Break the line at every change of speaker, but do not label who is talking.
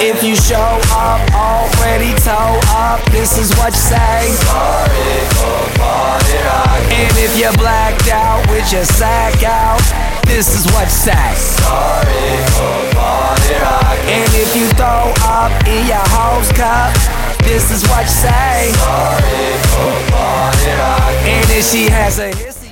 If you show up already toe up, this is what you say. And if you're blacked out with your sack out, this is what you say. And if you throw up in your hose cup, this is what you say. And if she has a hiss